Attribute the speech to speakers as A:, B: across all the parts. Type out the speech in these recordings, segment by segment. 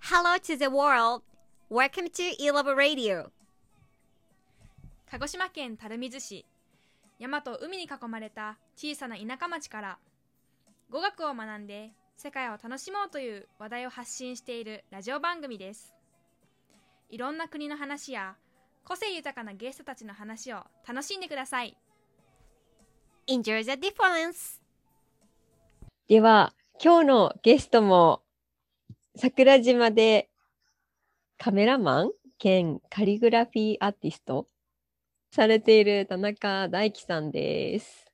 A: Hello to the world! Welcome to Elab Radio!
B: 鹿児島県垂水市山と海に囲まれた小さな田舎町から語学を学んで世界を楽しもうという話題を発信しているラジオ番組ですいろんな国の話や個性豊かなゲストたちの話を楽しんでください
A: Enjoy the difference!
C: では、今日のゲストも、桜島でカメラマン兼カリグラフィーアーティストされている田中大樹さんです。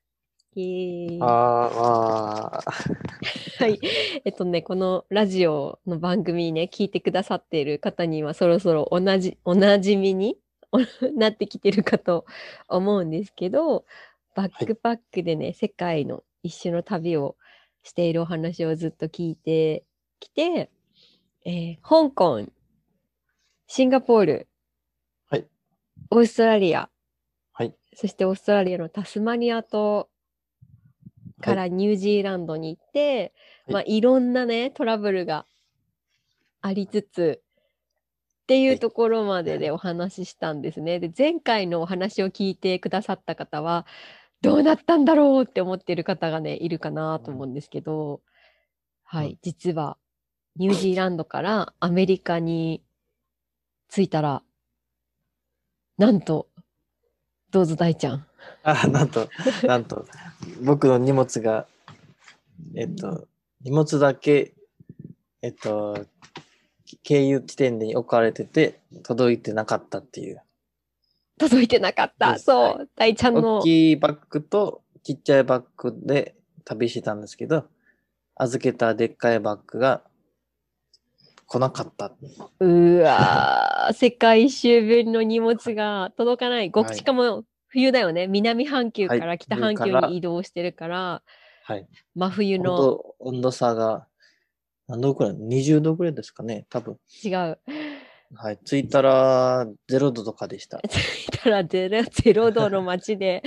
C: イエーイ
D: あーあー、
C: はい。えっとね、このラジオの番組ね、聞いてくださっている方にはそろそろおなじ、おなじみに なってきてるかと思うんですけど、バックパックでね、世界の一周の旅をしているお話をずっと聞いてきて、えー香港、シンガポール、
D: はい
C: オーストラリア、
D: はい
C: そしてオーストラリアのタスマニア島からニュージーランドに行って、
D: はい
C: い、まあいろんなねトラブルがありつつってい
D: は
C: う
D: い
C: ところまででお話ししたんですね。で前回のお話を聞いてくださった方はどうなったんだろうって思っている方がねいるかなと思うんですけど、は
D: う
C: い実はニュージーランドからアメリカに着いたらなんとどうぞ大ちゃん
D: あ なんと、なんと、僕の荷物が、えっと、荷物だけ、えっと、経由地点で置かれてて、届いてなかったっていう。
C: 届いてなかった
D: です
C: そう大ちゃんの
D: 大きいバッグとちっちゃいバッグで旅してたんですけど、預けたでっかいバッグが来なかった。
C: うわー、世界一周分の荷物が届かない。ご
D: はい
C: しかも冬だよね。南半球か
D: は
C: ら
D: い
C: 北半球
D: 冬から
C: に移動してるから、
D: はい。
C: 真冬
D: 温
C: の
D: 度温度差が何度くらい ?20 度くらいですかね、多分。
C: 違う。
D: はい。着いたら0度とかでした。
C: 着いたらゼロゼロ度の街 で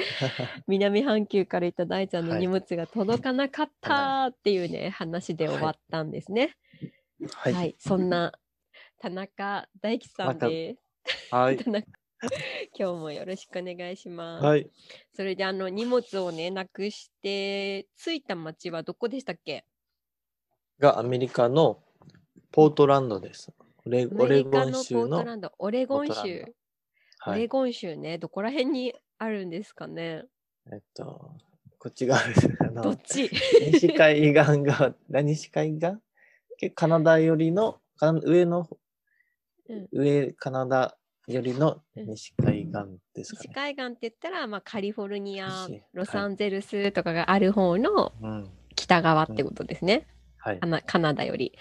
C: 南半球から行った大ちゃんの
D: はい
C: 荷物が届かなかったっていうね、話で終わったんですね。
D: は
C: はい、
D: い。
C: そんな田中大樹さん
D: 田中
C: です。
D: は。
C: 田中今日もよろしくお願いします。
D: はい。
C: それであの荷物をねなくして着いた町はどこでしたっけ
D: がアメリカのポートランドです。オレ
C: ア
D: オ
C: メ
D: レ
C: リ
D: ゴ
C: カ
D: ン
C: のポ
D: 州
C: ート
D: の。
C: ランドオレゴン
D: ポートラン
C: 州
D: ド
C: オ
D: は
C: レ
D: い。
C: ゴン州ねどこら辺にあるんですかね
D: えっと、こっち側です。あの
C: どっち
D: 西海岸が、何西海岸けカナダ寄りの、カナ上の、
C: うん
D: 上カナダ寄りの西海岸ですか
C: 西
D: ね。
C: 海岸って言ったら、まあ、カリフォルニア
D: 西
C: ロサンゼルスとかがある方の
D: うん。
C: 北側ってことですね、
D: はい
C: あ。なカナダより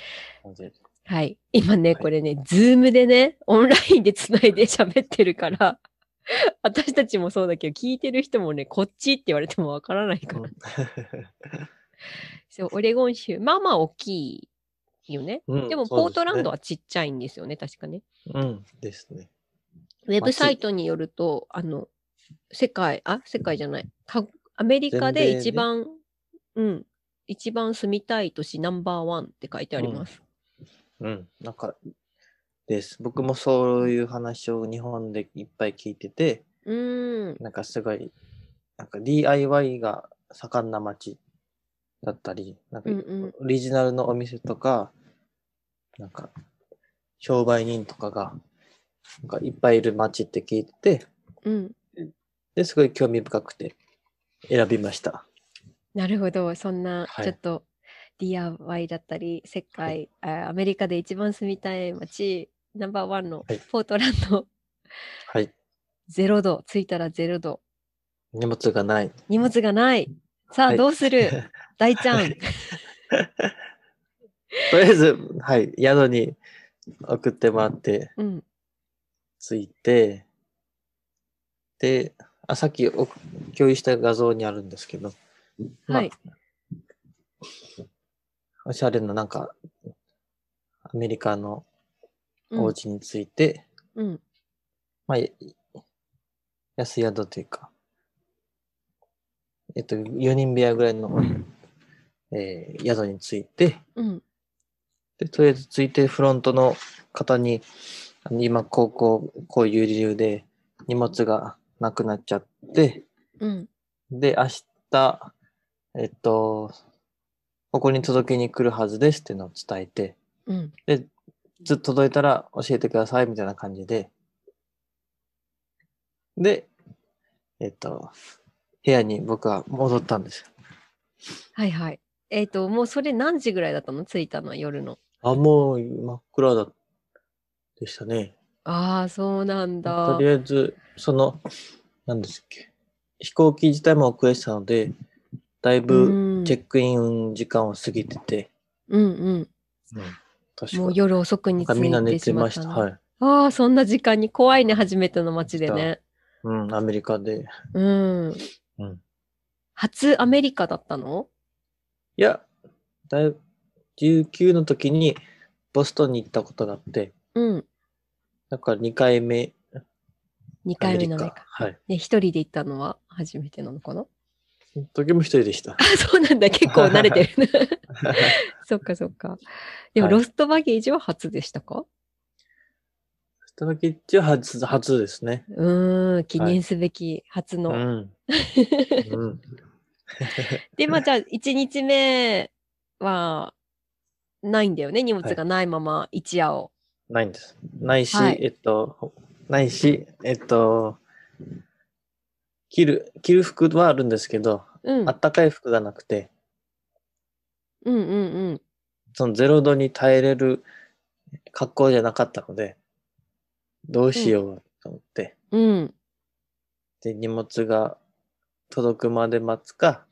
D: 感じ
C: はい今ね
D: はい
C: これね、ズームでねオンラインでつないで喋ってるから 私たちもそうだけど聞いてる人もねこっちって言われてもわからないから
D: うん
C: そう、オレゴン州、まあまあ大きいよね。
D: うん
C: でも、
D: そう
C: ポートランド
D: で
C: はちっちゃいんですよね、確かね。
D: すねうん、ですね。
C: ウェブサイトによると、あの、世界、あ、世界じゃない、かアメリカで
D: 全米ね
C: 一番、うん、一番住みたい都市ナンバーワンって書いてあります。
D: うん、なんか、です。僕もそういう話を日本でいっぱい聞いてて、
C: うーん、
D: なんかすごい、なんか DIY が盛んな街だったり、なんか
C: うんうん
D: オリジナルのお店とか、なんか商売人とかが、なんかいっぱいいる街って聞いてて、
C: うん。
D: で、すごい興味深くて選びました。
C: なるほど、そんな、
D: はい
C: ちょっと、DIY だったり、世界、あアメリカで一番住みたい街、ナンバーワンの
D: はい
C: ポートランド、
D: はい。
C: ゼロ度、着いたらゼロ度、
D: 荷物がない。
C: 荷物がない。さ
D: は
C: あ、
D: い
C: どうする大ちゃ
D: は
C: ん
D: い。とりあえず、はい、宿に送ってもらって、
C: うん。
D: ついて、で、あさっきお共有した画像にあるんですけど、まあ
C: はい。
D: おしゃれななんか、アメリカの
C: うん
D: お家について、
C: うん。
D: まあ、い安宿というか、えっと、4人部屋ぐらいの、えー宿について、
C: うん。
D: で、とりあえずついてるフロントの方に、あの今、こう、こう、こういう理由で荷物がなくなっちゃって、
C: うん。
D: で、明日、えっと、ここに届けに来るはずですっていうのを伝えて、
C: うん。
D: で、ずっと届いたら教えてくださいみたいな感じで、で、えっと、部屋に僕は戻ったんですよ。
C: はいはい。えっ、と、もうそれ何時ぐらいだったの着いたの夜の。
D: あ、もう真っ暗だ、でしたね。
C: ああ、そうなんだ
D: と。りあえず、その、何ですっけ、飛行機自体も遅れてたので、だいぶ
C: うん
D: チェックイン時間を過ぎてて、
C: うんうん。
D: 確
C: も
D: か
C: う夜遅く
D: な
C: に
D: んか
C: 着
D: みんない寝
C: て
D: て
C: しまっ
D: ましたた。
C: の。
D: はい。
C: ああ、そんな時間に怖いね、初めての街でね。
D: うん、アメリカで。
C: うん。
D: うん。
C: 初アメリカだったの
D: いや、だいぶ、19の時にボストンに行ったことがあって、
C: うん。
D: だから2回目、
C: 2
D: ア
C: 回
D: メ
C: 目
D: リ
C: のアメリ
D: カ
C: カ。。
D: はい。
C: ね、一人で行ったのは初めてなのかな
D: その時も一人 でした
C: あ。、そうなんだ。結構慣れてる ね。そっかそっか。でも、
D: はい
C: ロストバゲージは初でしたか
D: 下巻きっちは初、初ですね。
C: うーん、記念すべき初
D: う
C: の。
D: ん。うん。
C: で、まあ、じゃあ、1日目は、ないんだよね。荷物がないまま一夜を。
D: ないんです。ないし、
C: はい
D: えっと、ないし、えっと、着る、着る服はあるんですけど、
C: うん。
D: あったかい服がなくて、
C: うんうんうん。
D: そのゼロ度に耐えれる格好じゃなかったので、どうしようと思って、
C: うん。
D: で、荷物が届くまで待つか、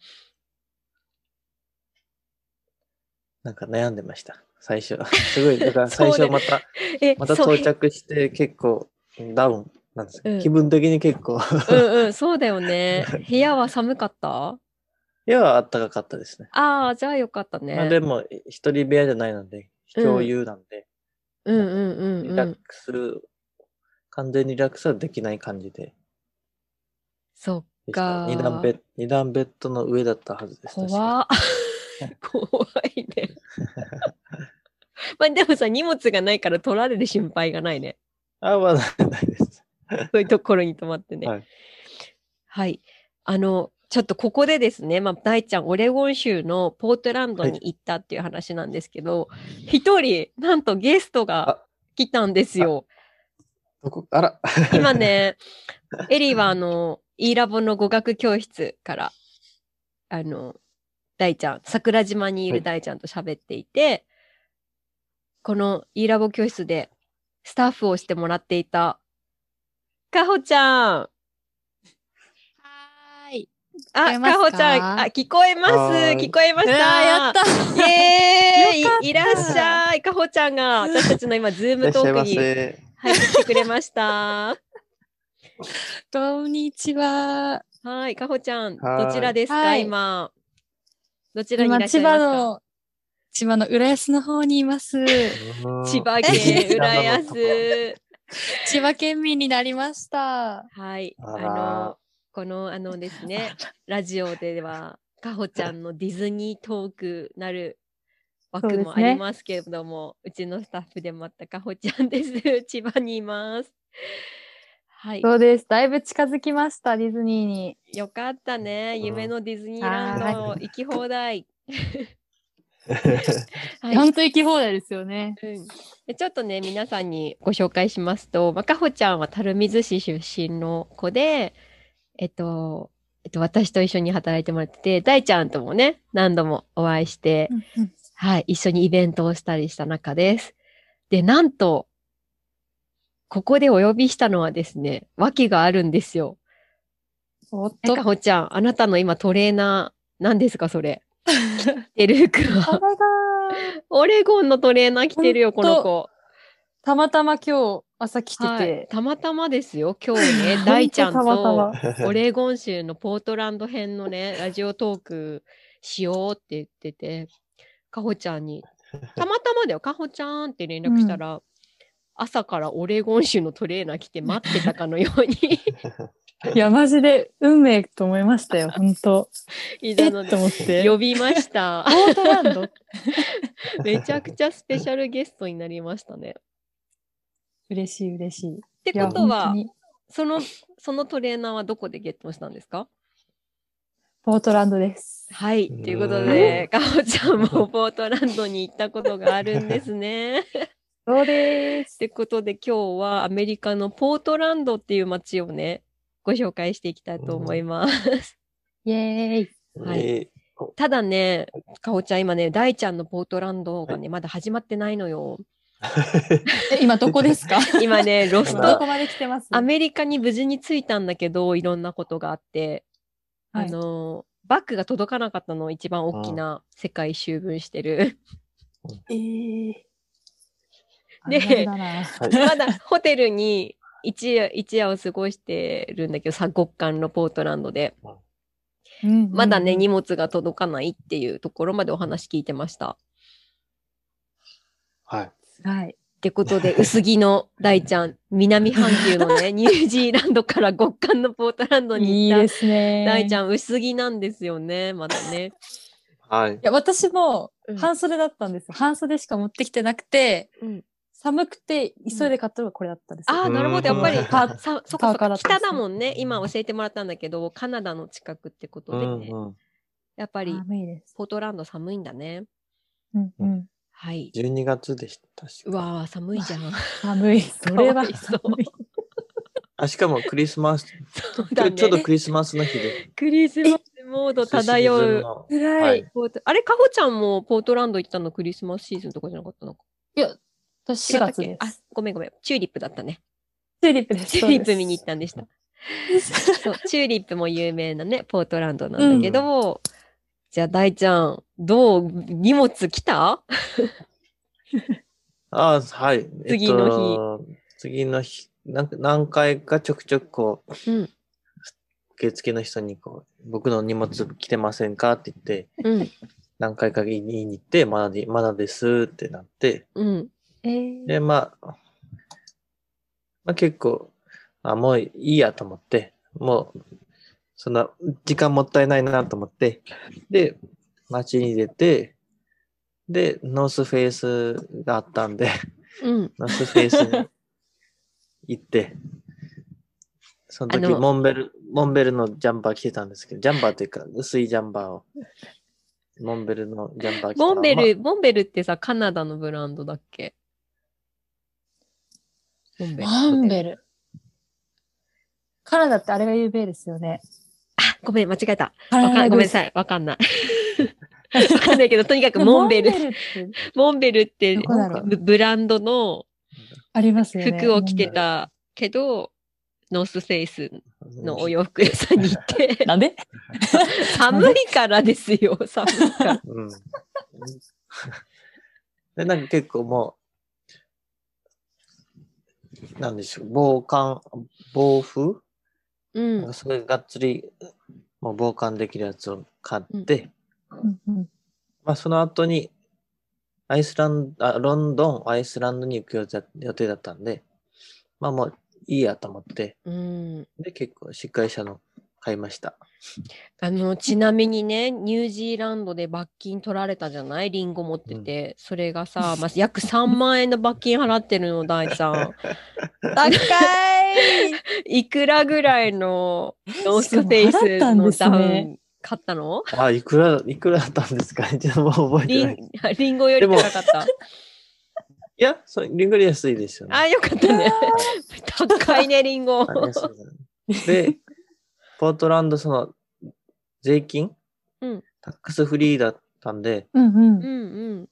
D: なんか悩んでました。最初。すごい、だから最
C: そう
D: 初
C: ね
D: また、
C: え、
D: また
C: そう
D: 到着して結構ダウンなんですよ、
C: うん
D: 気分的に結構
C: うんうん、そうだよね。部屋は寒かった
D: 部屋はあったかかったですね
C: ああ、じゃあよかった
D: まあ
C: ね。
D: でも一人部屋じゃないので
C: うん
D: 共有なんで、
C: うんうん
D: リ
C: うんう
D: ラッ
C: ん。
D: クス、完全にリラックスはできない感じで
C: そっ
D: でした
C: か。
D: 二段ベッ二段ベッドの上だったはずです
C: 怖っ 怖いね。 まあでもさ、荷物がないから取られる心配がないね。
D: ああまあないです
C: そういうところに泊まってね。
D: はい
C: はい。あの、ちょっとここでですね、まあ、大ちゃん、オレゴン州のポートランドに行ったっていう話なんですけど、一、人、なんとゲストが来たんですよ。
D: どこあら
C: 今ね、エリーはあの、E ラボの語学教室から、あの、大ちゃん、桜島にい
D: は
C: る
D: い
C: 大ちゃんと喋っていて、この E ラボ教室でスタッフをしてもらっていた、かほちゃん。
E: はーい。
C: あ、
E: 聞こえます
C: か
E: か
C: ほちゃん、あ、聞こえます
D: は。ーい
C: 聞こえま
E: う
C: し
E: わ
C: た。
E: ーやった
C: イエ
E: よかっ
C: ーイ
E: た
C: いらっしゃい。かほちゃんが私たちの今、ズー
D: いら
C: ム
D: っし
C: ト
D: ゃい
C: ー
D: ま
C: クに入っ
D: せ
C: てくれました。
E: こんにちは。
C: はい、かほちゃん、
D: はーい
C: どちらですか、
E: はい
C: 今。どちらにいら
E: 今、
C: っしゃ
E: 千
C: いま
E: 葉
C: すか
E: の、千葉の浦安の方にいます。
C: 千葉県浦 安。
E: 千葉県民になりました。
C: はい、あ
D: あら
C: の、この、あのですね、ラジオでは、かほちゃんのディズニートークなる枠
E: そうで
C: も
E: す
C: あ
E: ね
C: りますけれども、うちのスタッフでもあ ったかほちゃんです。千葉にいます。はい。
E: そうです。だいぶ近づきました、ディズニーに。
C: よかったね。
D: うん
C: 夢のディズニーランド行き放題。はい
E: 本当行き放題ですよね。
C: うんでちょっとね皆さんにご紹介しますと、まあ、かほちゃんは垂水市出身の子で、えっとえっと、私と一緒に働いてもらってて大ちゃんともね何度もお会いして、はい、一緒にイベントをしたりした中です。でなんとここでお呼びしたのはですね訳があるんですよ。
E: おっ
C: か
E: と。
C: ほちゃんあなたの今トレーナー何ですかそれ着てる服はオレゴンのトレーナー着てるよこの
E: ほん
C: 子。
E: たまたま今日朝来て
C: はい
E: て。
C: たまたまですよ今日 ね大ちゃん
E: ほとたま
C: と
E: た
C: オレゴン州のポートランド編のね ラジオトークしようって言っててかほちゃん にたまたまだよかほちゃんって連絡した ら、朝からオレゴン州のトレーナー来て待ってたかのように
E: いや、マジで運命と思いました よ、本当。
C: 伊
E: え
C: 沢
E: っ
C: の
E: と思って。
C: 呼びま した。
E: ポートランド
C: めちゃくちゃスペシャルゲストになりましたね。っ
E: 嬉しい、嬉しい。
C: て
E: いや
C: ことは
E: 本当、に
C: その、そのトレーナーはどこでゲットしたんですか
E: ポートランドです。
C: はい。ということで、かほちゃんもポートランドに行ったことがあるんですね。
E: そうです。
C: ってことで今日はアメリカのポートランドっていう街をね、ご紹介していきたいと思います。
E: イエーイ。
C: はい
D: え
C: ただね、かほちゃん今ね、大ちゃんのポートランドがね、まだ始まってないのよ。
E: え、今どこですか
C: 今ね、ロス
E: ど
C: ト、
E: こまで来てます
C: アメリカに無事に着いたんだけど、いろんなことがあって、
E: はい
C: あの、バッグが届かなかったの、一番大きな世界一周分してる。
E: えー。
C: で
E: あるあるだな
C: まだホテルに一夜一夜を過ごしてるんだけど、鎖国間のポートランドで、
E: うんうん
C: まだね、荷物が届かないっていうところまでお話聞いてました。
D: ーはい。
E: はい。
C: ってことで、薄着の大ちゃん、南半球の ね、ニュージーランドから極寒のポートランドに
E: いい
C: 行った
E: ですね。
C: 大ち
E: ん。い
C: ゃん薄着なんですよね、まだね。
D: はい。
E: や、私も
C: うん
E: 半袖だったんですよ。半袖しか持ってきてなくて、
C: うん
E: 寒くて、急いで買ったのがこれだったんですよ。
C: ああ、なるほど。やっぱり
D: うん、
E: パー
C: さそっかそっ
E: パーカー
C: か、
E: だったんで
C: 北
E: すね
C: だもんね。今教えてもらったんだけど、カナダの近くってことでね。
D: うんうん、
C: やっぱり、
E: 寒いです。
C: ポートランド寒いんだね。
E: うんうん、
C: はい。
D: 12月でした。確
C: う
D: か
C: わー寒いじゃん。
E: 寒い。それは
C: かわいそう
E: 寒い。
D: あしかもクリスマス、
C: そう
D: ち
C: だ
D: ょ
C: ね。
D: ちょう どクリスマスの 日で。
C: クリスマスモード漂
D: シーズン
C: う。
D: の
E: 辛い。
C: ポートあれ、かほちゃんもポートランド行ったのクリスマスシーズンとかじゃなかったのか。
E: 私4月です。
C: あ、ごめんごめん。チューリップだったね。
E: チューリップです。。
C: チューリップ見に行ったたんでした。そう、チューリップも有名なね、ポートランドなんだけど、じゃあ大ちゃん、どう荷物来た
D: ああ、はい。
C: 次の日
D: 日。次の日、なん何回かちょくちょくこう、
C: うん。
D: 受付の人にこう、僕の荷物来てませんかって言って、
C: うん。
D: 何回か言いに行って、まだで、まだですってなって、
C: うん。
E: えー、
D: で、まあ、まあ結構、あ、もういいやと思って、もう、そんな、時間もったいないなと思って、で、街に出て、で、ノースフェイスがあったんで、
C: うん。
D: ノースフェイスに行って、その
C: あ
D: 時
C: の
D: モンベル、モンベルのジャンバー着てたんですけど、ジャンバーというか、薄いジャンバーを、モンベルのジャンバー着て
C: ボンベル、ボンベルってさ、カナダのブランドだっけボンベル。
E: マンベル。カナダってあれが有名ですよね。
C: ごめん、間違えた。
E: カ
C: わ
E: ナ
C: か
E: ダ
C: んごめんなさい。わかん ない。わかんないけど、とにかくモンベル。
E: って
C: モンベルって
E: どこだろう
C: ブブランドの
E: ありますよね。
C: 服を着て
E: モン
C: たけど、ノースフェイスのお
D: よ。
C: 洋服屋さんに行っ
E: ベ
C: て
E: ル。、 なんで
C: 寒いからですよ、 寒いから。
D: うん。で、なんか結構もう、なんでしょう、防寒、防風
C: う
D: なん
C: ん
D: か。それがっつり、もう防寒できるやつを買って、
E: うんうん
D: まあ、その後に、アイスランド、あ、ロンドン、アイスランドに行く予定予定だったんで、まあもういいやと思って、
C: うん。
D: で、結構しっかりしたの買いました。
C: あの、ちなみにね、ニュージーランドで罰金取られたじゃないリンゴ持ってて。それがさ、まあ、約3万円の罰金払ってるの、大さ ん。
E: 高い
C: いくらぐらいのノースフェイ
E: しか
C: ス
E: も払
C: の
E: った
C: ダ
E: ん
C: ウ
E: ですね
C: ン買ったの
D: あ、いくら、いくらだったんですかねちょっともう覚えて
C: リ
D: ない。い
C: ン、リンゴより高かった。
D: や、そう、リンゴより安いですよね。
C: あ、よかったね。高いね、リンゴ。
D: ありがとうございますで、ポートランド、その、税金、
C: うん
D: タックスフリーだったんで、
E: うんうん
C: うんうん。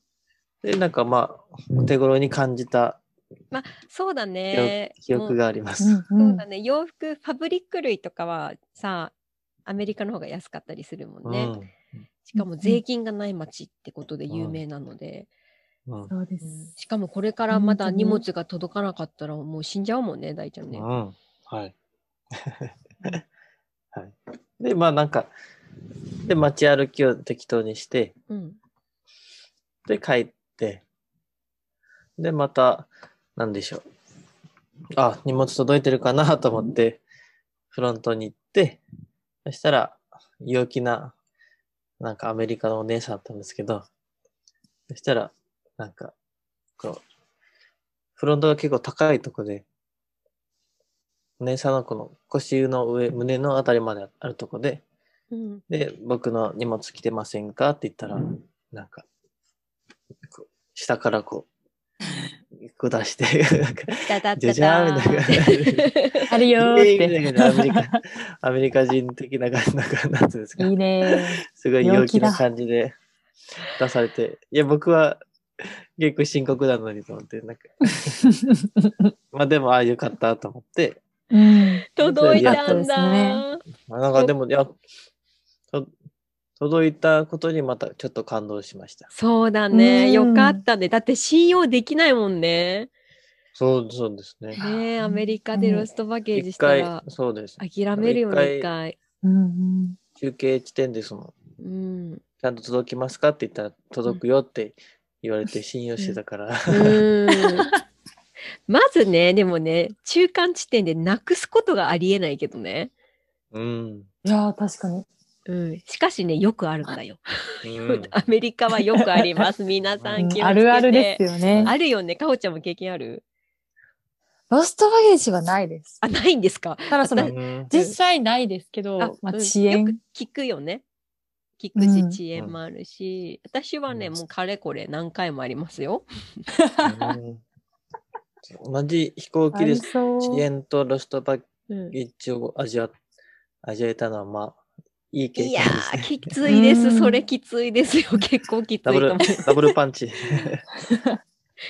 D: で、なんかまあ、お手頃に感じた
C: そうだ
D: 記憶,、
C: ね。
D: 記憶がありま
E: う
D: す。
E: んう
C: もう。そ
E: ん
C: うだね。洋服、ファブリック類とかはさ、アメリカの方が安かったりするもんね。しかも税金がない町ってことで有名なので、
D: うん。うん。
E: そうで
C: うん
E: す。
C: しかもこれからまだ
E: 本当
C: 荷
E: ね
C: 物が届かなかったらもう死んじゃうもんね、大ちゃん
D: う
C: ね。
D: んはい。 はい。で、まあなんか、で、街歩きを適当にして、
C: うん。
D: で、帰って、で、また、なんでしょう。あ、荷物届いてるかなと思って、フロントに行って、そしたら、陽気な、なんかアメリカのお姉さんだったんですけど、そしたら、なんか、こう、フロントが結構高いとこで、お姉さんのこの腰の上、胸のあたりまであるとこで、
C: うん。
D: で、僕の荷物来てませんかって言ったら、なんか、こう下からこう、下して、なんか
C: だだだだ
D: じゃじゃーんみたいな感じで。
E: あるよーっ
D: イエ
E: て。
D: ーイみたいな感じでアメリカ、アメリカ人的な感じなんかなんていうんですか
E: い。いね
D: すごい陽
E: 陽
D: 気
E: 気だ
D: な感じで出されて、いや、僕は結構深刻なのにと思って、なんか、
E: ー。
D: まあでも、ああ、よかったと思って、
E: うん。
C: 届いたん
E: よかった
C: だ。
D: まあなんかでも、いや、と届いたことにまたちょっと感動しました。
C: そうだね。
E: うん
C: よかったね。だって信用できないもんね。
D: そう、そうですね。
C: ねえアメリカでロストバゲージ
D: 一
C: した
D: 回
C: ら、
D: そうです。
C: 諦めるよね、
D: 一回
C: 一回。
E: うん
D: 中継地点で、その、
C: うん。
D: ちゃんと届きますかって言ったら、届くよって言われて信用してたか ら。
C: うん。まずね、でもね、中間地点でなくすことがありえないけどね。
D: うん。
E: いやー、確かに。
C: うん。しかしね、よくあるんだよ。
D: うん
C: アメリカはよくあります。皆さん気をつけて。
E: あるあるですよね。
C: あるよね。かほちゃんも経験ある
E: ロストバゲージはないです。
C: あ、ないんですか
E: ただその、
D: うん
E: 実際ないですけ
C: あ
E: ど、まあ、
C: うん
E: 遅
C: よ
E: 延
C: く。聞くよね。聞くし、
E: うん
C: 遅延もあるし、私はね、
D: うん
C: もうかれこれ何回もありますよ。
D: 同じ飛行機です。
E: そう
D: 遅延とロストバッ
C: うん
D: ゲージを味わ味わえたのは、まあ、いい経
C: い
D: 験
C: や
D: です
C: ー、
D: ね。
C: きついで
E: う
C: す。
E: ん
C: それきついですよ。 結構きつい
D: ダブ
C: と
D: ル
C: 思う。、
D: ダブルパンチ。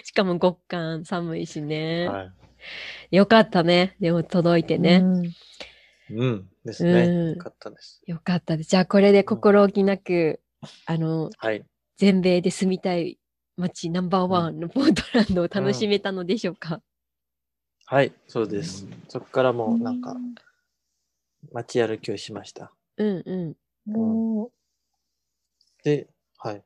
C: しかも極寒、寒いしね、
D: は
C: よかったね。でも届いてね。
E: うん
D: い。うん。です
C: うん
D: ね。よかったです。
C: よかったです。じゃあこれで心置きなく、あの、
D: はい。
C: 全米で住みたい街ナンバーワンのポートランドを楽しめたのでしょうか。
D: はい、そうです。そこからもう、なんか、街歩きをしました。
C: うんうん。
E: も
D: で、はい。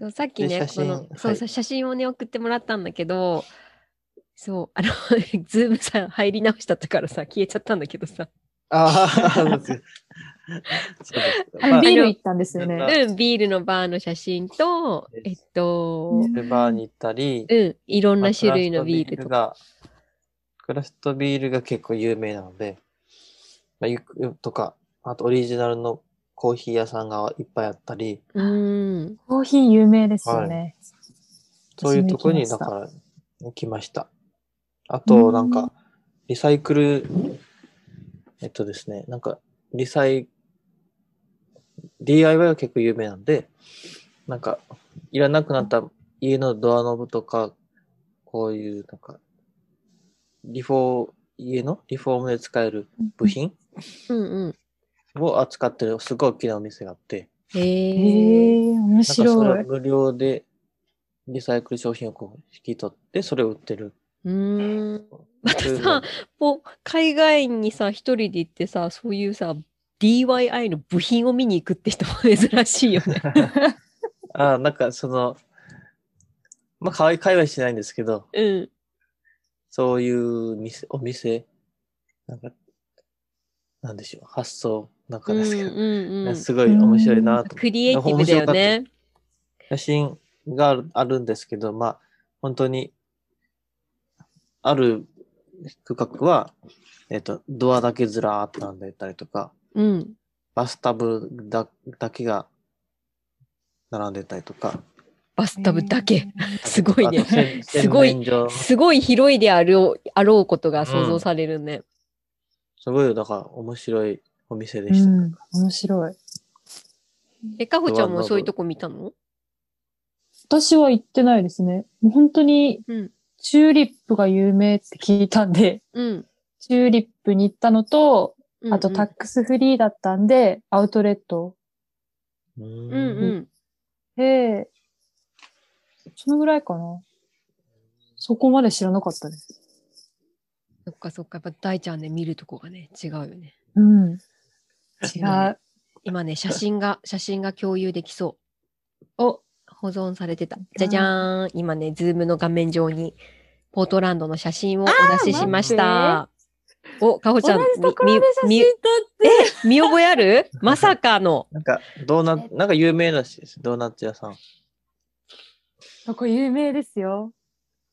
C: そうさっき
D: で
C: ね、
D: 写
C: こ
D: 真
C: の、そう
D: はい
C: そう、写真をね、送ってもらったんだけど、そう、あの、 ズームさ、入り直しちゃったからさ、消えちゃったんだけどさ。
D: ああ、そう です。そうです。
E: う
D: まあ
E: ビール行ったんですよ
D: あ
E: ね。
C: うん、ビールのバーの写真と、えっと、
D: レバーに行ったり、
C: うん、いろん
D: ま
C: な
D: あ
C: 種類のビールとか。
D: クラフトビールが、クラフトビールが結構有名なので、まあ、ゆくとか、あとオリジナルのコーヒー屋さんがいっぱいあったり、
C: うん。
E: コーヒー有名ですよね。
D: そういうとこに、
E: 私も
D: だ
E: 行きました
D: から、行きました。あと、なん
E: う
D: か、リサイクル、えっとですね、なんか、リサイ、DIY が結構有名なんで、なんか、いらなくなった家のドアノブとか、こういう、なんか、リフォー、家のリフォームで使える部品
C: うんうん。
D: を扱ってる、すごい大きなお店があって、
C: へ
E: へ
C: え。
E: え、面
D: なんかそれ
E: 白
D: を
E: い。
D: 無料でリサイクル商品をこう引き取って、それを売ってる。
C: うーん。また
D: そういう
C: さ
D: の、
C: こう海外にさ、一人で行ってさ、そういうさ、DIY の部品を見に行くって人も珍しいよね。
D: ああ、なんかその、まあ、かわい、会話してないんですけど、
C: うん。
D: そういう店、お店、なんか、なんでしょう、発想なんか
C: うん
D: ですけど、
C: うんうん。
D: すごい面白いなと。
C: クリエイティブだよね。
D: 写真があるあるんですけど、まあ、本当に、ある区画は、えっと、ドアだけずらーっと並んでたりとか、
C: うん。
D: バスタブだだけが並んでたりとか。
C: バスタブだけ。すごい
D: あ
C: ね
D: と。洗
C: すごい
D: 洗面所
C: すごい広いであろう、あろうことが想像されるね。
D: すごい、だから面白いお店で
E: う
D: した。
E: ん、面白い。
C: え、かほちゃんもそういうとこ見たの
E: 私は行ってないですね。もう本当に
C: うん。
E: チューリップが有名って聞いたんで、
C: うん。
E: チューリップに行ったのと、
C: うん
E: あとタックスフリーだったんで、アウトレット。
D: う
C: うんんうん。
E: へえ。そのぐらいかな。そこまで知らなかったです。
C: そっかそっか。やっぱ大ちゃんね、見るとこがね、違うよね。
E: うん。違
C: 今
E: う。
C: 今ね、写真が、写真が共有できそう。
E: お、
C: 保存されてた。じゃじゃーん。今ね、ズームの画面上に、ポートランドの写真をお出ししました。お、かほちゃん、
F: 同じところで写
C: み
F: 真
C: み
F: 撮って
C: み見覚えあるまさかの。
D: なんか、ドーナツ、なんか有名らしいです。ドーナツ屋さん。
F: そこ有名ですよ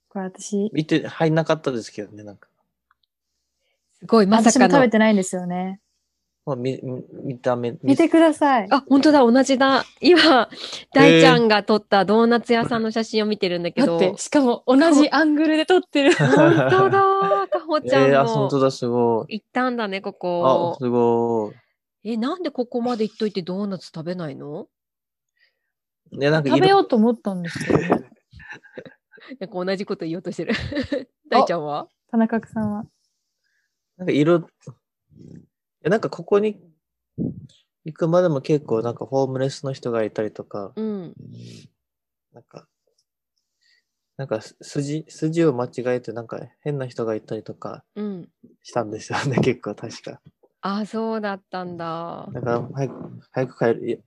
E: これ私、
D: 行って入んなかったですけどね、なんか。
C: すごい、まさ
E: 私
C: か
E: も食べ
C: の。
E: てないんですよね。
D: まあ、みみ見た 目、
E: 見てください。
C: あ、本当だ、同じだ。今、大ちゃんが撮ったドーナツ屋さんの写真を見てるんだけ
F: だ
C: ど。
F: ってしかも同じアングルで撮ってる
C: 本当だ、かほちゃん
D: えー、あ、
C: も
D: 本当だ、すごい。
C: 行ったんだね、こ
D: あ
C: こ、。
D: すご
C: え、なんでここまで行っといてドーナツ食べないの
D: い。ね、なんか
E: 食べ
D: 色、
E: ようと思ったんですけど、ね、
C: なんか同じこと言おうとしてる。大ちゃんは
E: 田中さんは。
D: なんか色、いやなんかここに行くまでも結構なんかホームレスの人がいたりとか、
C: うん。
D: なんか、なんかす筋、筋を間違えてなんか変な人がいたりとか
C: うん。
D: したんですよね、 結構確か。
C: あ、そうだったんだ。
D: なんか早く、早く帰る。や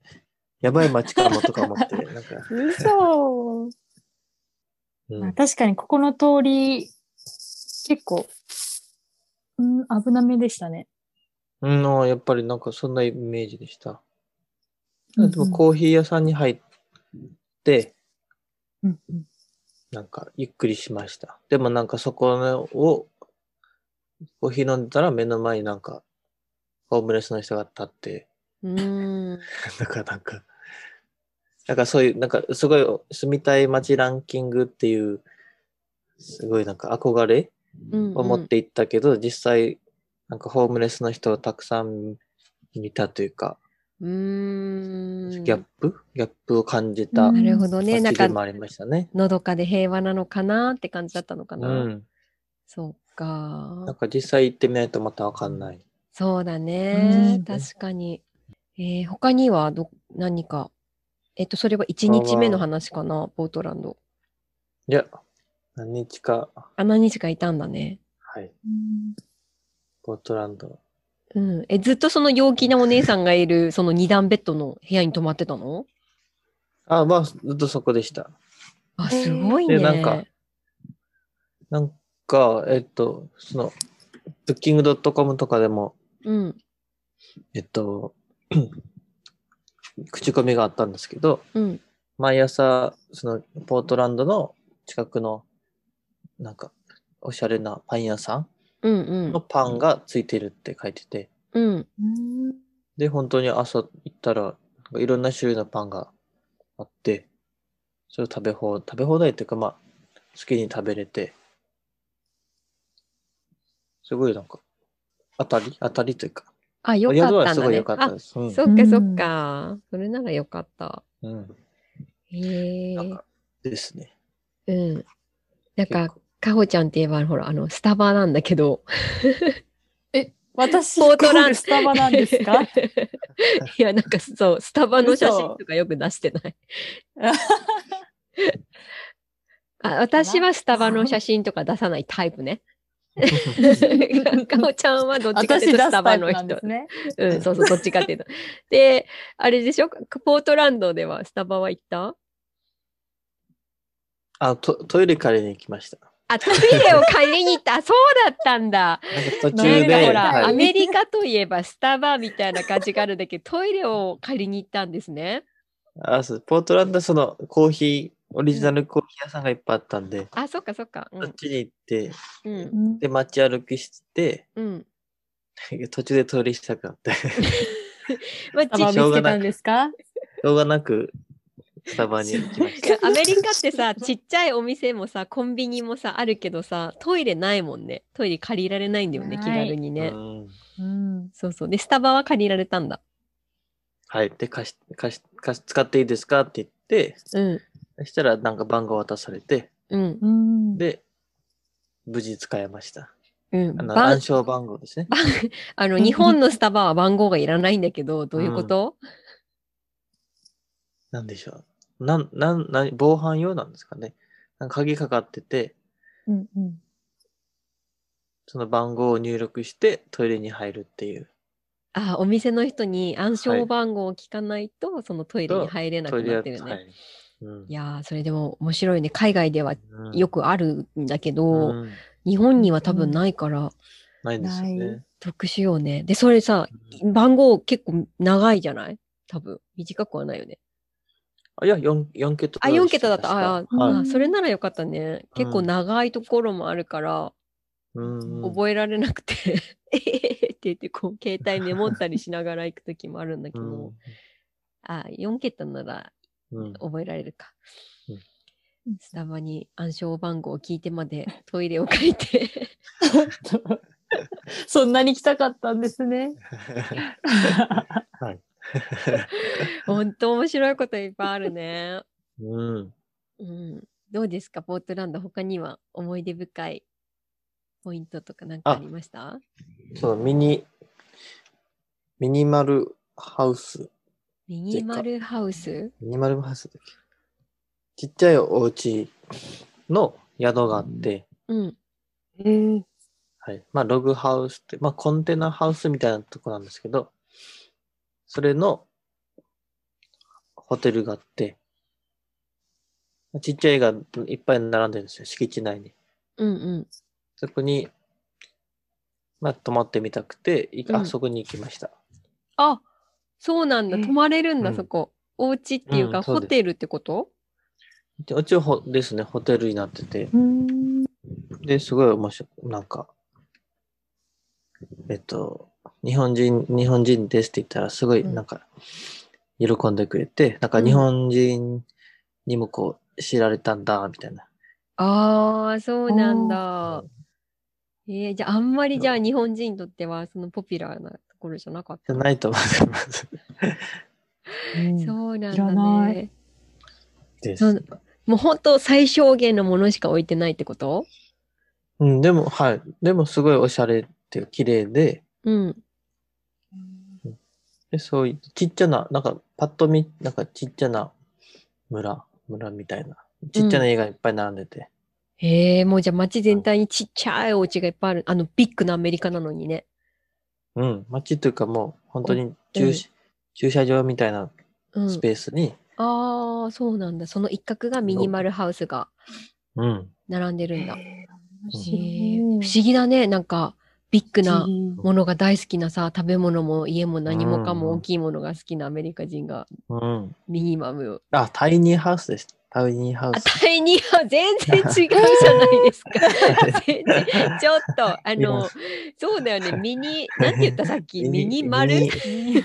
D: やばい街かもとか思って、なんか、
E: 嘘、
D: うん
E: まあ、確かにここの通り、結構、うん、危なめでしたね。
D: うん、あーやっぱりなんかそんなイメージでした。
E: うんうん
D: でもコーヒー屋さんに入って、
E: うんうん
D: なんかゆっくりしました。でもなんかそこを、コーヒー飲んでたら目の前になんか、ホームレスの人が立って、
C: うーん。
D: なんかなんか、なんかそういう、なんかすごい住みたい街ランキングっていう、すごいなんか憧れ
C: うん
D: を持っていったけど、実際、なんかホームレスの人をたくさん見たというか、
C: うん。うーん。
D: ギャップギャップを感じた
E: うん
C: なるほどね。なん
D: 街
C: か
D: で、もありましたね。
C: のどかで平和なのかなって感じだったのか
D: う
C: な。
D: ん。
C: そうか
D: なん。か実際行ってみないとまたわかんない。
C: そうだね
E: う。ん
C: 確かに。えー他にはど何か。えっと、それは1日目の話かな、ポートランド。
D: いや、何日か、
C: あ、何日かいたんだね。
D: はい、
E: うん
D: ポートランド。
C: うん。え、ずっとその陽気なお姉さんがいる、その二段ベッドの部屋に泊まってたの
D: あ、まあ、ずっとそこでした。
C: あ、すごいね。
D: でなんかなんか、えっと、その、ブッキングドットコムとかでも、
C: うん。
D: えっと、 口コミがあったんですけど、
C: うん。
D: 毎朝、その、ポートランドの近くの、なんか、おしゃれなパン屋さん
C: うん
D: のパンがついてるって書いてて、
C: うん。うん。
E: うん
D: で、本当に朝行ったら、いろんな種類のパンがあって、それを食べ放食べ放題っていうか、まあ、好きに食べれて、すごいなんか、当たり当たりというか、
C: あ、よ
D: 宿
C: かっ
D: は
C: たん
D: す
C: だ
D: ごい
C: ね
D: 良。かったです。うん
C: あ、そっかそっか。それならよかった。
D: うん。
C: へえ。
D: なんか、ですね。
C: うん。なん
D: 結
C: か
D: 構、
C: かほちゃんって言えば、ほら、あの、スタバなんだけど。
E: 私、
C: ポートランド
E: イコルスタバなんです か
C: いや、なんかそう、スタバの写真
E: 嘘
C: とかよく出してない。あ私はスタバの写真とか出さないタイプ ね。かほちゃんはどっちかと
E: 私
C: いうとス
E: 出す
C: タ
E: タ
C: バ
E: イ
C: の
E: プな
C: 人
E: ん。ですね。
C: うん、そうそう、どっちか っていうと。で、あれでしょポートランドではスタバは行った
D: あト、トイレ借りに行きました。
C: あ、トイレを借りに行った。あ そうだったんだ。
D: なんか途
E: ト
D: 中
E: イレ
C: なん
E: が
C: か
D: で、
C: ほら、
E: はい
C: アメリカといえばスタバみたいな感じがあるんだけど、トイレを借りに行ったんですね。
D: あそうポートランドはそのコーヒー、オリジナルコーヒー屋さんがいっぱいあったんで、
C: あ、そっかそっか。
D: そっちに行って、
C: うん。う。
E: うんん
D: で、街歩きして、
C: うん。
D: 途中で通りしたくなって、 し
C: まあ、
E: スタ
C: ち
E: バ見つけたんですか
D: ょうがなくスタバに行きまし
C: いやアメリカってさ、ちっちゃいお店もさ、コンビニもさ、あるけどさ、トイレないもんね。トイレ借りられないんだよね、
E: ない
C: 気軽に
D: た。
C: ね。
D: うん
E: うん。
C: そうそう。で、スタバは借りられたんだ。
D: はい。で、貸し、貸し、貸し、使っていいですかって言って、
C: うん。
D: そしたらなんか番号渡されて、
C: うん。
E: うん。
D: で、無事使えました。
C: うん。
D: あの、
C: ば
D: 暗
C: ん
D: 証番号ですね。
C: あの、日本のスタバは番号がいらないんだけど、どういうこと、
D: なんでしょう。なん、なん、な防犯用なんですかね。なんか鍵かかってて、
E: うんうん。
D: その番号を入力してトイレに入るっていう。
C: あ、お店の人に暗証番号を聞かないと、そのトイレに入れな
D: ト
C: く
D: イレ
C: なっ
D: や
C: てるね。
D: はい。うん
C: い。やー、それでも面白いね。海外では
D: うん
C: よくあるんだけど、
D: うん
C: 日本には多分ないから、
D: ないですよね。
C: 得しようね。で、それさ、番号結構長いじゃない多分。短くはないよね。
D: あ、いや、四四桁
C: あ、4桁だった。あ、あ
D: 確かはい
C: あそれならよかったね。結構長いところもあるから、
D: うんうん。
C: 覚えられなく て、えへへへって言って、こう、携帯メモったりしながら行くときもあるんだけ
D: う
C: ど、
D: ん
C: あ、4桁なら
D: うん
C: 覚えられるか。
D: うん
C: スタバに暗証番号を聞いてまでトイレを書いて
E: そんなに来たかったんですね。
C: 本当面白いこといっぱいあるね。
D: うん。
C: うん、どうですかポートランド他には思い出深いポイントとか何かありました
D: そう、ミニ、ミニマルハウス。
C: ミニマルハウス
D: ミニマルハウスだっけちっちゃいお家の宿があって、
C: うん。
E: えー、
D: はい。まあ、ログハウスって、まあ、コンテナハウスみたいなとこなんですけど、それのホテルがあって、ちっちゃい絵がいっぱい並んでるんですよ、敷地内に。
C: うんうん。
D: そこに、まあ、泊まってみたくて、い
C: うん
D: あそこに行きました。
C: あそうなんだ。
E: え
C: 泊まれるんだ、
D: うん
C: そこ。お家っていうか、
D: うんそう
C: ホ
D: です
C: テルってこと
D: でうちはほですね、ホテルになってて、
E: うん。
D: で、すごい面白い。なんか、えっと、日本人、日本人ですって言ったら、すごい、
C: うん
D: なんか、喜んでくれて、なんか
C: うん
D: 日本人にもこう、知られたんだ、みたいな。
C: ああ、そうなん
D: う
C: だ。えー、じゃあ、あんまりじゃあ、日本人にとっては、そのポピュラーなところじゃなかっ
D: じ
C: た。
D: ゃないと思います。
C: そうなん
E: いら
C: だ
E: な
C: ね。
D: です
C: そう。もう本当最小限のものしか置いてないってこと
D: うん、でも、はい。でも、すごいおしゃれっていうか、綺麗で、
C: うん。
D: で、そういう、ちっちゃな、なんか、パッと見、なんかちっちゃな村、村みたいな。ちっちゃな家がいっぱい並んでて。
C: へえ、もうじゃあ街全体にちっちゃいお家がいっぱいある。あの、ビッグなアメリカなのにね。
D: うん、街というかもう、本当に駐車駐車場みたいな
C: うん。
D: スペースに、
C: ああ、そうなんだ。その一角がミニマルハウスが
D: うん、
C: 並んでるんだ。へ
E: え
C: え、不思議だね。なんか、ビッグなものが大好きなさ、食べ物も家も何もかも
D: うん
C: 大きいものが好きなアメリカ人が
D: うん。
C: ミニマムを。
D: あ、タイニーハウスです。タイニーハウ
C: あ、
D: ス。
C: タイニーハウス全然違うじゃないです か。全然ちょっと、あ
D: い
C: の
D: や、
C: そうだよね。ミニ、なんて言ったさっき、ミニマル
D: ミニミ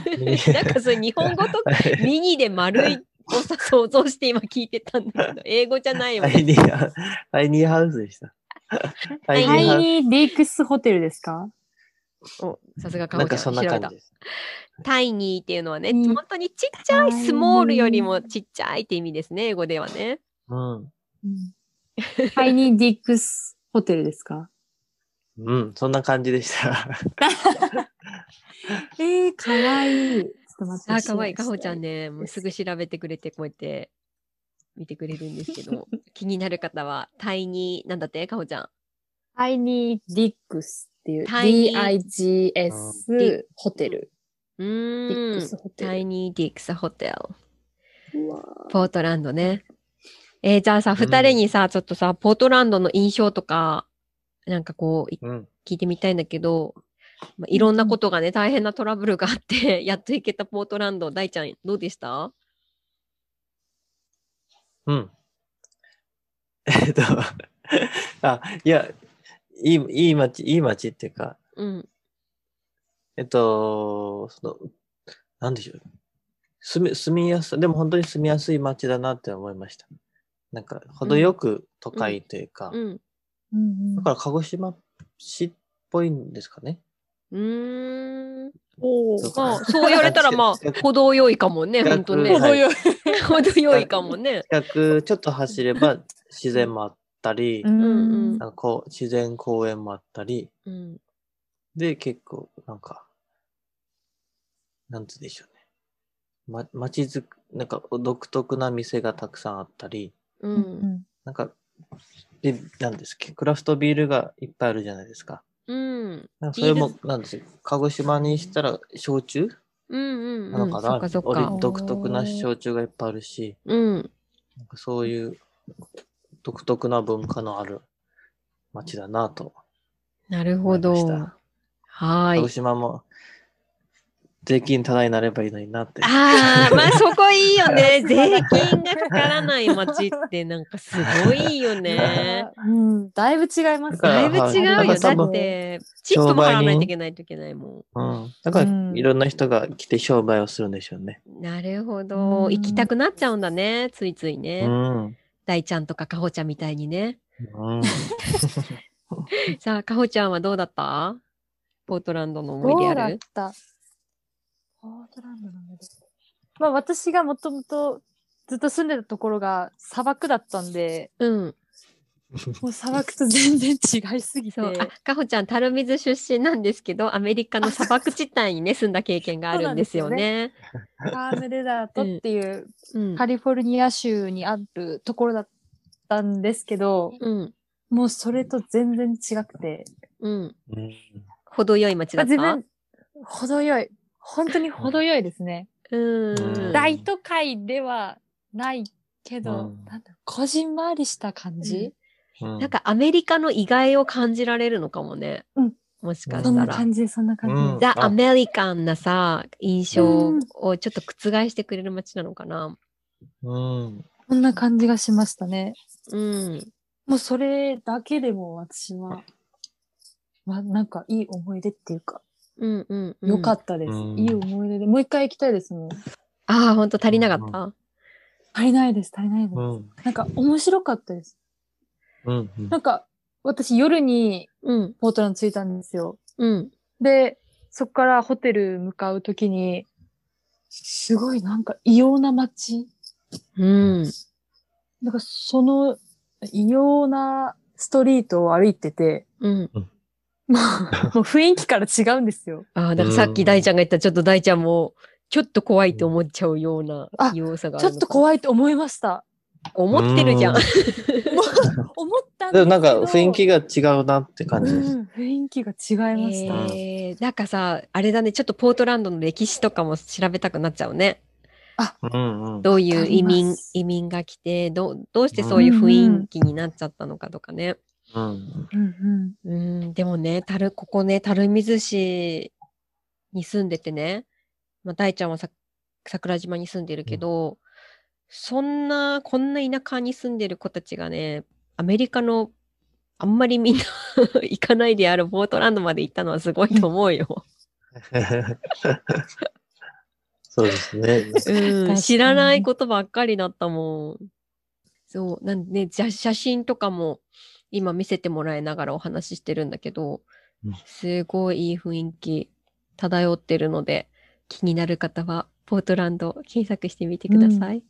D: ニ
C: なんかそれ日本語とミニで丸いをさ想像して今聞いてたんだけど、英語じゃないよ
D: タ
C: ね。
D: イニーハウス。タイニーハウスでした。タイニ
E: タ
D: ーハ
E: イ
D: ウス。
E: ニーレイクスホテルですか
C: おさすがか
D: な
C: お
D: ん
C: ちゃ
D: か
C: ん、調
D: そんな
C: べ
D: 感じ
C: た。
D: です。
C: タイニーっていうのはね、
E: うん
C: 本当にちっちゃい、スモールよりもちっちゃいって意味ですね、英語ではね。
D: うん。
E: タイニーディックスホテルですか
D: うん、そんな感じでした。
E: えー、かわいい。ちょっと待って。
C: あー、かわいい。かほちゃん
E: ね。
C: ね、もうすぐ調べてくれて、こうやって見てくれるんですけ ど、気になる方は、タイニー、なんだって、かほちゃん。
E: タイニーディックスっていう。
C: Tiny
E: D-I-G-S ホテル。
C: う
E: ディッ
C: ー
E: ク
C: ん
E: ス。ホテ
C: タイ
E: ル。
C: ニーディックスホテル。
E: うわ
C: ポートランドね。えーじゃあさ、二人にさ、ちょっとさ、ポートランドの印象とか、なんかこう、い
D: うん。
C: 聞いてみたいんだけど、まあ、いろんなことがね、大変なトラブルがあって、 やっと行けたポートランド、大ちゃん、どうでした
D: うん。 えっと、 あ、いや、いい、いい街、いい街っていうか、
C: うん。
D: えっと、その、なんでしょう。住み、住みやす、でも本当に住みやすい街だなって思いました。なんか、程よく都会というか、
C: うん。
E: うん
D: だから鹿児島市っぽいんですかね。
C: うーん。
E: お
D: そう
C: まあ、そう言われたら、 まあ、程よいかもね、
D: 近く
C: 本当ね。
D: はい
E: よい。
C: 程よいかもね。
D: 近く、ちょっと走れば自然もあったり、
E: ん
C: うん
D: なんかこう、自然公園もあったり、
C: うん。
D: で、結構、なんか、なんつうんでしょうね。ま、街づく、なんか独特な店がたくさんあったり、
C: う。
E: うんん。
D: なんか、で、なんですっけ、クラフトビールがいっぱいあるじゃないですか。
C: うん。
D: なんかそれ
C: ビ
D: も、なんですよ。鹿児島にしたら、焼酎
C: うん。
D: な
C: う
D: の
C: ん。
D: か
C: そ
D: な、
C: っかそっ
D: より
C: か。
D: 独特な焼酎がいっぱいあるし、
C: うん。
D: なんかそういう独特な文化のある街だなと
C: なる
D: 思
C: ほ
D: いま
C: ど
D: し。た。
C: は
D: 鹿
C: ー
D: 児
C: い。
D: 島も税金ただになればいいのになって。
C: あ あ、まあそこいいよね。税金がかからない町ってなんかすごいよね。
E: うん、だいぶ違いますね。
C: だいぶ違うよ。
D: だから
C: だ
D: 多
C: っ
D: 分
C: て、チップも払わないといけないといけないも
D: うん、だから、
E: うん
D: いろんな人が来て商売をするんでしょうね。
C: ん。なるほど。
E: うん
C: 行きたくなっちゃうんだね。ついついうね。
D: ん。うん。
C: 大ちゃんとかかほちゃんみたいにね。さあ、かほちゃんはどうだったポートランドの思い出ある
E: どうだったポートランドの思い出まあ私がもともとずっと住んでたところが砂漠だったんで、
C: うん。
E: もう砂漠と全然違いすぎて。
C: そう。あ、かほちゃん、垂水出身なんですけど、アメリ カの砂漠地帯にね、住んだ経験があるんですよね。
E: カーメルダートっていう
C: うん
E: カ。リフォルニア州にあるところだったんですけど、
C: うん。
E: もうそれと全然違くて。
C: うん。
D: うん
C: 程よい町だった。
E: 自分、程よい。本当に程よいですね。
C: うん。
E: 大 都会ではないけど、
D: うん
E: なんだこじんまりした感じ、
D: うん
C: なんかアメリカの意外を感じられるのかもね。
E: うん
C: もしか
D: うん
C: し
E: そん
C: た
E: な
C: ら。
E: 感じ、そんな感じ。
D: うん
C: ザ・
D: あ
C: アメリカンなさ、印象
E: うん
C: をちょっと覆してくれる街なのかな。
D: うん。
E: こんな感じがしましたね。
C: うん。
E: もうそれだけでも私は、まあなんかいい思い出っていうか、
C: うんうん、うん。
E: 良かったです。
D: うん
E: いい思い出で、もう一回行きたいですもん。
C: ああ、ほんと足りなかった。
E: 足りないです、足りないです。
D: うん。
E: なんか面白かったです。
D: うん。
E: なんか私夜に
C: うん。
E: ポートランド着いたんですよ。
C: うん。
E: で、そこからホテル向かうときに、すごいなんか異様な街。
C: うん。
E: なんかその異様なストリートを歩い てて、
C: うん。
E: もうもう雰囲気から違うんですよ。
C: ああ、だからさっき大ちゃんが言った、ちょっと大ちゃんも、ちょっと怖いと思っちゃうような
E: あ
C: 要素があ
E: ちょ
C: る
E: っと怖いと思いました。
C: い。思ってるじゃん
D: う。
E: 思ったん
D: で
E: で
D: すも
E: け
D: な
E: ど。
D: んか雰囲気が違うなって感じ
E: う
D: です。
E: ん、雰囲気が違いました。
D: ね
C: えー、なんかさ、あれだね、ちょっとポートランドの歴史とかも調べたくなっちゃうね。
D: うんうん。
C: どういう移
E: わかりま
C: 民
E: す
C: 移民が来てどう、どうしてそういう雰囲気になっちゃったのかとかね。
D: うん。
E: うんうん
C: うん、でもね、たるここね、垂水市に住んでてね、まあ、大ちゃんはさ桜島に住んでるけど、そんな、こんな田舎に住んでる子たちがね、アメリカのあんまりみんな 行かないであるポートランドまで行ったのはすごいと思うよ。
D: そうですね。
E: 確か
C: うん、
E: に
C: 知らないことばっかりだったもん。そう、なんで、ね、じゃ写真とかも今見せてもらいながらお話ししてるんだけど
D: うん、
C: すごいいい雰囲気漂ってるので、気になる方はポートランド検索してみてください。